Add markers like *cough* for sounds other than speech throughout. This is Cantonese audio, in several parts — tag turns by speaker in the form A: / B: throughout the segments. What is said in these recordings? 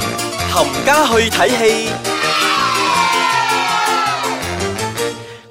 A: 冚家去睇戲。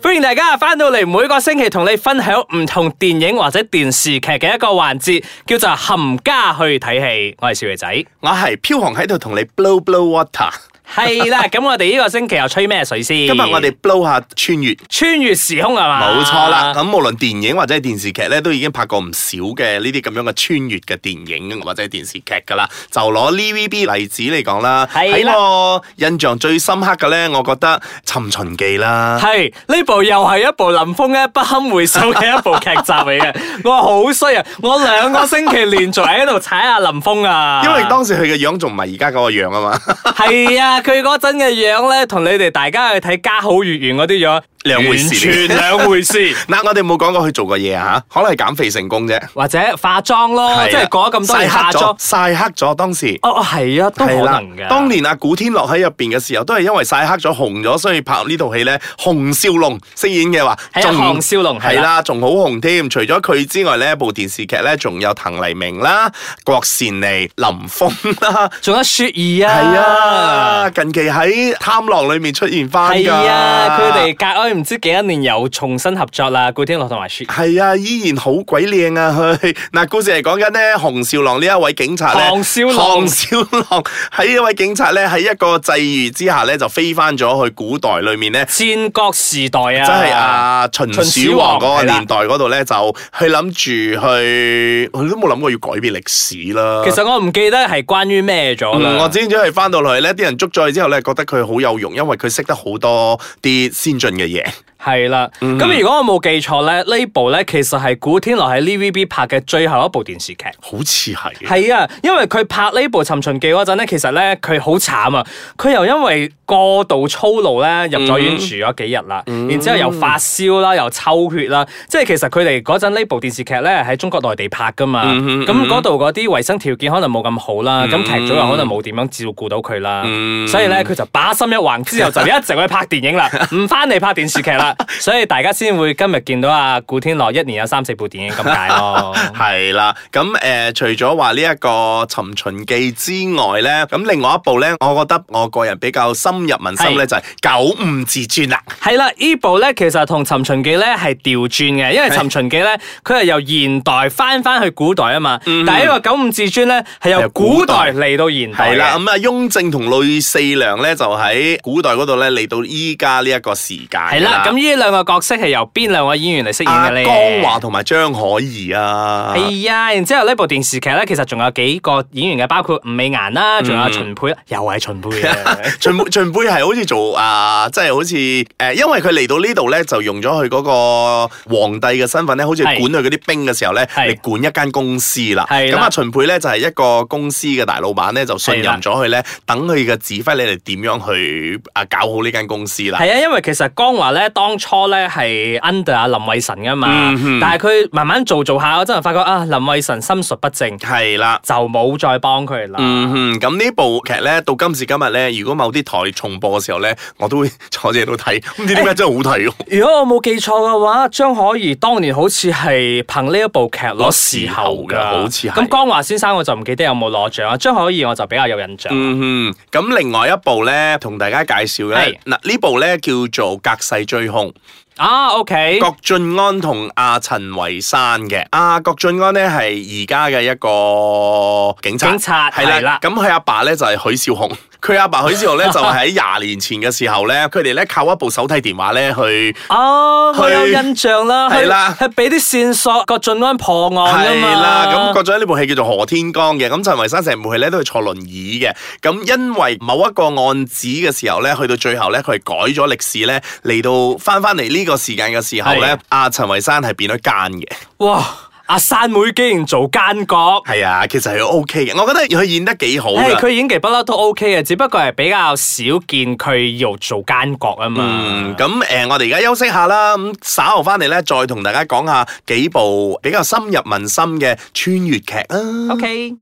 B: 欢迎大家翻到嚟每個星期同你分享唔同電影或者電視劇嘅一個環節，叫做冚家去睇戲。我係少爺仔，
C: 我係飄紅喺度同你 blow blow water。
B: 係 *laughs* 啦。咁我哋呢個星期又吹咩水先？
C: 今日我哋 blow 下穿越，
B: 穿越時空係嘛？
C: 冇錯啦。。咁無論電影或者係電視劇咧，都已經拍過唔少嘅呢啲咁樣嘅穿越嘅電影或者係電視劇㗎啦。就攞 TVB 例子嚟講啦，
B: 係
C: 喺
B: 啦
C: 我印象最深刻嘅咧，我覺得《尋秦記》啦。
B: 係呢部又係一部林峰咧不堪回首嘅一部劇集嚟 *laughs* 嘅，我好衰啊！我兩個星期連續喺度踩下林峰啊，
C: 因為當時佢嘅樣仲唔係而家嗰個樣啊嘛， *laughs*
B: 係啊，佢嗰陣嘅樣咧，同你哋大家去睇《家好月圓》嗰啲樣
C: 兩回事
B: 完全
C: 嚟
B: 兩回 *laughs* 事。
C: 嗱我哋冇講過佢做過嘢啊嚇，可能係減肥成功啫，
B: 或者化妝咯，哦即係講咗咁多年
C: 曬
B: 化
C: 黑
B: 妝
C: 咗，。曬黑咗當時。
B: 哦哦，係啊，都可
C: 係啦
B: 能，㗎。
C: 當年阿古天樂喺入邊嘅時候，都係因為曬黑咗、紅咗，所以拍呢套戲咧，洪少龍飾演嘅話，
B: 係啊項少龍係啦
C: 係啦，仲好紅添。除咗佢之外咧，部電視劇咧仲有滕麗明啦、郭善妮、林峰啦，
B: 仲有雪兒啊，
C: 係啊，，近期喺《貪狼》裏面出現翻㗎。
B: 係啊，佢哋隔咗唔知幾多年又重新合作啦，古天樂同埋雪兒。
C: 係啊，依然好鬼靚啊！佢 *laughs* 嗱，故事係講緊咧，洪少郎呢一位警察咧，
B: 項少龍
C: 項少郎 *laughs* 喺一位警察咧，喺一個際遇之下咧，就飛翻咗去古代裏面咧。
B: 戰國時代啊，
C: 即係啊，秦始皇嗰個
B: 係啦
C: 年代嗰度咧，就佢諗住去，佢都冇諗過要改變歷史啦。
B: 其實我唔記得係關於咩咗啦
C: 嗯，。我知咗佢翻到去咧，啲人捉咗佢之後咧，覺得佢好有用，因為佢識得好多啲先進嘅嘢。
B: 係啦，
C: 嗯
B: 咁如果我冇記錯咧，呢部咧其實係古天樂喺 TVB 拍嘅最後一部電視劇。
C: 好似係。
B: 係啊，因為佢拍呢部《尋秦記》嗰陣咧，其實咧佢好慘啊！佢又因為過度操勞咧，入咗院住咗幾日啦，然之後又發燒啦，又抽血啦，即係其實佢哋嗰陣呢部電視劇咧喺中國內地拍噶嘛，咁嗰度嗰啲衞生條件可能冇咁好啦，咁劇組又可能冇點樣照顧到佢啦，所以咧佢就把心一橫之後就一直去拍電影啦，唔翻嚟拍電視劇啦，所以大家先會今日見到阿古天樂一年有三四部電影咁解咯。
C: 係啦，咁誒、呃除咗話呢一個《尋秦記》之外咧，咁另外一部咧，我覺得我個人比較深入民心咧，就係《九五自傳》啦。
B: 係啦，呢部咧其實同《尋秦記》咧係調轉嘅，因為《尋秦記》咧佢係由現代翻翻去古代啊嘛，但係呢個《九五至尊》咧係由
C: 嗯由
B: 古
C: 古
B: 代
C: 代
B: 嚟到現代嘅。
C: 係啦，咁啊，雍正同呂四娘咧就喺古代嗰度咧嚟到依家呢一個時間㗎。
B: 係啦，咁呢兩個角色係由邊兩位演員嚟飾演
C: 阿
B: 嘅咧？
C: 江華同埋張可怡啊，。
B: 係啊，然之後呢部電視劇咧，其實仲有幾個演員嘅，包括吳美顏啦，仲有秦沛，又係秦沛嘅
C: *laughs* 秦沛秦沛係好似做啊，即係好似誒、呃因為佢嚟到呢度咧，就用咗佢嗰個皇帝嘅身份咧，好似
B: 係
C: 管佢嗰啲兵嘅時候咧，
B: 係
C: 嚟管一間公司啦。
B: 係
C: 咁
B: 啦
C: 啊，秦沛咧就係、一個公司嘅大老闆咧，就信
B: 係
C: 任
B: 啦
C: 咗佢咧，等佢嘅指揮你哋點樣去啊搞好呢間公司啦。
B: 係啊，因為其實江華咧當初咧係 under 阿林慧晨噶嘛，
C: 嗯
B: 但係佢慢慢做做下，我真係發覺啊，林慧晨心術不正。
C: 係啦。
B: 就冇再幫佢啦。
C: 嗯哼，咁呢部劇咧，到今時今日咧，如果某啲台重播嘅時候咧，我都會 *laughs* 坐喺度睇，唔知點解真係好睇喎。
B: 如果我冇記錯嘅話，張可怡當年好似係憑呢一部劇攞視后
C: 攞視
B: 㗎，
C: 后㗎哦好似係
B: 咁江華先生我就唔記得有冇攞獎啊，張可怡我就比較有印象。
C: 嗯哼，咁另外一部咧，同大家介紹
B: 係
C: 咧，嗱呢部咧叫做《隔世追兇》，
B: 啊，OK，
C: 郭晉安同阿陳慧珊嘅。阿郭晉安咧係而家嘅一個警察，
B: 警察係
C: 係
B: 啦
C: 啦。咁佢阿爸咧就係許少雄，佢阿爸許少雄咧就係喺廿年前嘅時候咧，佢哋咧靠一部手提電話咧去。
B: 哦，我
C: 佢
B: 有印象啦，
C: 係
B: 佢
C: 啦
B: 佢俾啲線索郭晉安破案㗎
C: 係
B: 啊嘛。
C: 啦，咁郭晉安呢部戲叫做《何天光》嘅，咁陳慧珊成部戲咧都係坐輪椅嘅，咁因為某一個案子嘅時候咧，去到最後咧，佢係改咗歷史咧，嚟到翻翻嚟呢個時間嘅時候
B: 係
C: 咧，阿陳慧珊係變咗奸嘅，
B: 哇，阿山妹竟然做奸角。
C: 係啊，其實係 O K 嘅，我覺得佢演得幾好啊
B: 誒
C: 㗎。
B: 佢演技不嬲都 OK 嘅，只不過係比較少見佢要做奸角啊嘛。
C: 嗯，咁誒、呃我哋而家休息下啦，咁稍後翻嚟咧，再同大家講下幾部比較深入民心嘅穿越劇啊。
B: OK。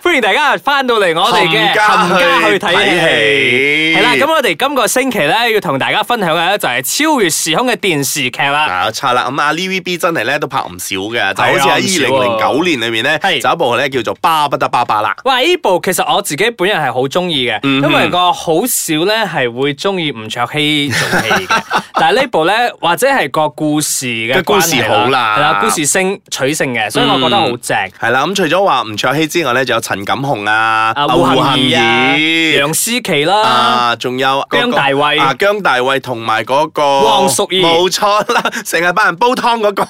B: 歡迎大家翻到嚟我哋嘅冚家去睇戲。
C: 戲
B: 係啦，咁我哋今個星期咧要同大家分享嘅咧就係超越時空嘅電視劇啦。
C: 嗱，差啦，咁啊 TVB 真係咧都拍唔少嘅，就好似喺
B: 啊唔少
C: 二零零
B: 喎
C: 九年裏面咧，
B: 係
C: 就有一部咧叫做《巴不得巴巴》啦。
B: 哇！呢部其實我自己本人係好中意嘅，
C: 嗯
B: 因為我好少咧係會中意吳卓羲做戲嘅。
C: *laughs*
B: 但係呢部咧，或者係個故事嘅
C: 個故事
B: 關係
C: 好啦嗯
B: 係啦，故事性取勝嘅，所以我覺得好正。
C: 系啦，咁除咗話吳卓羲之外咧，仲有陳錦雄啊、
B: 啊，
C: 啊
B: 胡
C: 胡
B: 杏兒啊
C: 兒、
B: 楊思琪啦，
C: 啊，仲有嗰個
B: 姜大衛
C: 啊，姜大衛同埋嗰個
B: 黃淑儀
C: 冇錯啦，成日幫人煲湯嗰個，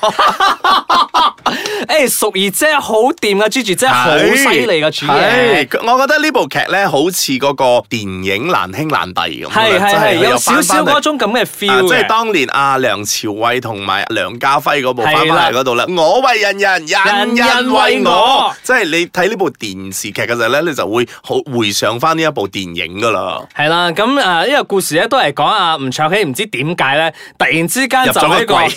B: 誒淑儀姐好掂啊，Gigi 姐 *laughs* 好犀利啊嘅主
C: 係
B: 嘢。
C: 佢我覺得呢部劇咧，好似嗰個電影難兄難弟
B: 係
C: 咁樣，啊
B: 係
C: 真
B: 係
C: 係
B: 有少少嗰
C: 嗰。
B: 種咁嘅
C: 啊
B: feel
C: 即係
B: 嘅。
C: 當年阿梁朝偉同埋梁家輝嗰部
B: 係
C: 翻
B: 啦
C: 翻嚟嗰度啦，我為人人，人人為
B: 人人為
C: 我
B: 我，
C: 即係你睇呢部電視劇嘅時候咧，你就會好回想翻呢一部電影噶啦。
B: 係啦，咁誒呢個故事咧都係講阿吳卓羲唔知點解咧，突然之間就喺個
C: 入
B: *laughs*
C: 咗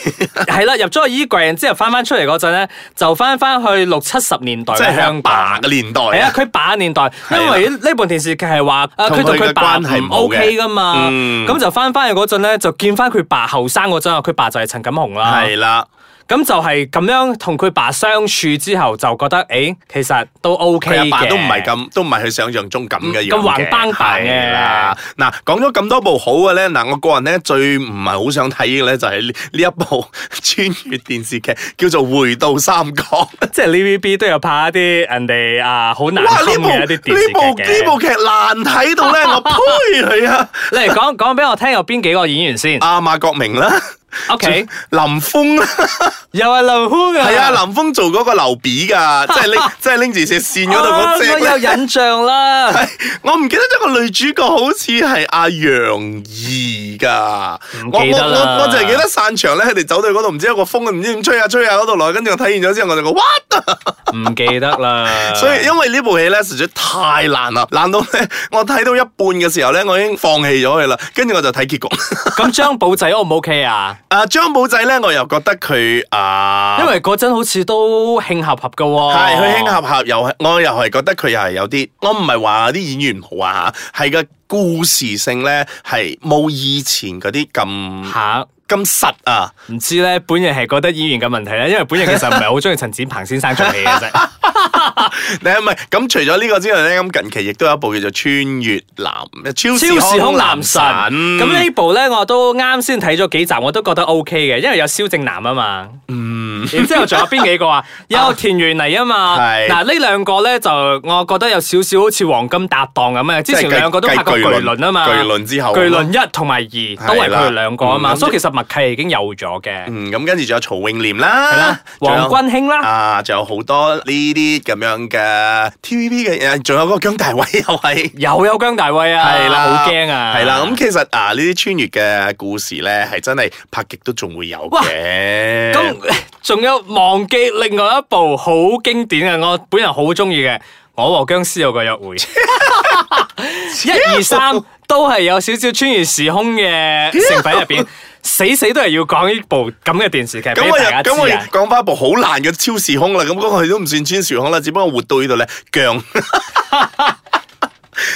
B: 係啦，入咗個衣櫃，然之後翻翻出嚟嗰陣咧，就翻翻去六七十年代
C: 即
B: 嘅
C: 係佢
B: 香
C: 阿爸
B: 港。
C: 嘅年代
B: 啊係啊，
C: 啊，
B: 佢爸年代，
C: 啊
B: 因為呢部電視劇係話，啊
C: 同
B: 佢同
C: 佢嘅
B: 佢爸
C: 關係唔
B: 唔
C: 好嘅
B: OK 噶嘛，
C: 嗯
B: 咁就翻翻去嗰陣咧，就見翻佢爸後生嗰陣啊，佢爸就係陳錦雄啦，
C: 係啊啦。
B: 咁就係咁樣同佢爸相處之後，就覺得誒其實都 OK
C: 佢阿
B: 嘅，
C: 爸都唔係咁，都唔係佢想象中咁嘅樣嘅
B: 咁橫崩棒嘅
C: 係啦。嗱，講咗咁多部好嘅咧，嗱，我個人咧最唔係好想睇嘅咧就係呢呢一部 *laughs* 穿越電視劇叫做《回到三國》。
B: *laughs* 即係 TVB 都有拍一啲人哋啊好難
C: 哇！呢
B: 堪
C: 部
B: 嘅
C: 呢
B: 一啲電視
C: 部
B: 劇嘅
C: 呢部劇難睇
B: *laughs*
C: 到咧，我呸佢啊！
B: 你 *laughs* 嚟講講俾我聽有邊幾個演員先
C: 阿馬國明啦
B: ？OK，
C: 林
B: *laughs*
C: 峰啦，
B: 又係劉歡㗎。
C: 係啊，林峰做嗰個劉
B: *laughs*
C: 備噶，即係拎即係拎住隻線嗰度
B: 啊
C: 嗰
B: 我有
C: 只。
B: 印象啦。
C: *laughs* 我唔記得咗個女主角好似係阿楊怡㗎，
B: 唔
C: 我
B: 記得
C: 我
B: 啦
C: 我我就係記得散場咧，佢哋走到嗰度，唔知有個風唔知點吹下吹下嗰度來，跟住我睇完咗之後，我就講 what？
B: 唔記得啦。
C: 所以因為呢部戲咧實在太爛啦，爛到咧我睇到一半嘅時候咧，我已經放棄咗佢啦，跟住我就睇結局。 *laughs*
B: 咁張寶仔 O 唔 OK 啊？
C: 啊，張寶仔咧，我又覺得佢啊，
B: 因為哦嗰陣好似都慶合合嘅喎。
C: 係佢輕合合又係，我又係覺得佢又係有啲，我唔係話啲演員唔好啊，係個故事性咧係冇以前嗰啲咁
B: 嚇。
C: 咁實啊。
B: 唔知咧，本人係覺得演員嘅問題咧，因為本人其實唔係好中意陳展鵬先生做戲嘅啫。
C: 你係咪咁？除咗呢個之外咧，咁近期亦都有一部叫做《穿越男》超
B: 超時
C: 空
B: 空男
C: 男
B: 神
C: 神。
B: 咁呢部咧，我都啱先睇咗幾集，我都覺得 O K 嘅，因為有蕭正楠啊嘛。嗯。然之後仲有邊幾個
C: *laughs*
B: 啊？有田園妮啊嘛。
C: 係
B: 嗱，呢兩個咧就我覺得有少少好似黃金搭檔咁嘅。之
C: 即
B: 前
C: 係計
B: 兩個都拍過巨輪啊嘛。
C: 巨輪之後
B: 巨輪一同埋二都係佢哋兩個啊
C: 係啦
B: 嘛，
C: 嗯
B: 所以其實默契已經有咗嘅。
C: 嗯，咁跟住仲有曹永廉啦，
B: 係啦，
C: 仲有
B: 黃君興啦。
C: 啊，仲有好多呢啲咁樣嘅 TVB 嘅人，仲有嗰個姜大偉又係。
B: 又有姜大衛啊，
C: 係啦，
B: 好驚啊！
C: 係啦，咁其實啊，呢啲穿越嘅故事咧，係真係拍極都仲會有
B: 哇
C: 嘅。
B: 咁仲有忘記另外一部好經典嘅，我本人好中意嘅《我和僵屍有個約會》，
C: *laughs*
B: 一二三都係有少少穿越時空嘅成分入
C: *laughs*
B: 邊，死死都係要講呢部咁嘅電視劇
C: 咁
B: 俾
C: 我又
B: 大家
C: 咁我
B: 知
C: 又
B: 啊！
C: 講翻一部好爛嘅超時空啦，咁嗰個佢都唔算穿時空啦，只不過活到呢度咧， *laughs* 強。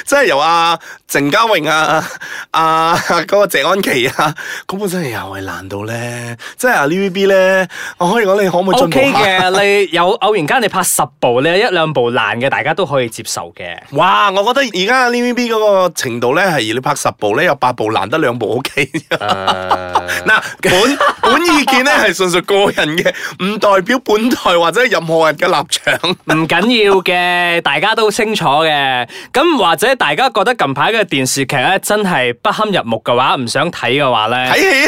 C: 即係由阿鄭嘉穎啊，啊嗰、個謝安琪啊，嗰部真係又係爛到咧，即係啊 TVB 咧，我可以講你可唔可以
B: O
C: 進
B: K
C: 步下？
B: 嘅，你有偶然間你拍十部，你有一兩部爛嘅，大家都可以接受嘅。
C: 哇！我覺得而家 TVB 嗰個程度咧，係你拍十部咧，有八部爛得兩部 O K。嗱，本本意見咧係純屬個人嘅，唔代表本台或者任何人嘅立場。
B: 唔緊要嘅，大家都清楚嘅。咁或者大家覺得近排嘅電視劇咧真係不堪入目嘅話，唔想睇嘅話咧，
C: 睇戲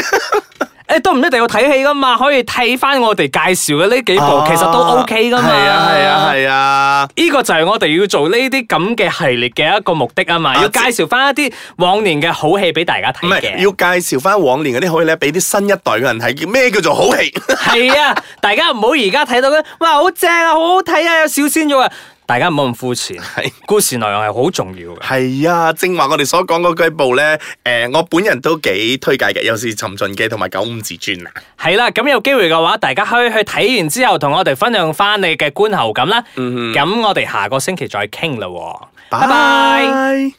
C: 啊
B: 誒、都唔一定要睇戲噶嘛，可以睇翻我哋介紹嘅呢幾部，哦其實都 OK 噶嘛。
C: 哦係啊係啊。係啊。
B: 呢個就係我哋要做呢啲咁嘅系列嘅一個目的啊嘛，
C: 啊
B: 要介紹翻一啲往年嘅好戲俾大家
C: 唔
B: 睇
C: 係
B: 嘅。
C: 要介紹翻往年嗰啲好戲咧，俾啲新一代嘅人睇，叫咩叫做
B: *laughs*
C: 好戲？
B: 係啊，大家唔好而家睇到咧，哇，好正啊，好好睇啊，有小鮮肉啊，大家唔好咁膚
C: *laughs*
B: 淺，
C: 係
B: 故事內容係好重要嘅。
C: 係啊，正話我哋所講嗰幾部咧，诶、我本人都幾推介嘅，尤其是《尋秦記》同埋《九五至尊》啊。
B: 係啦，咁有機會嘅話，大家可以去睇完之後，同我哋分享翻你
C: 嗯
B: 嘅觀後感啦。咁、我哋下個星期再傾啦喎，拜拜。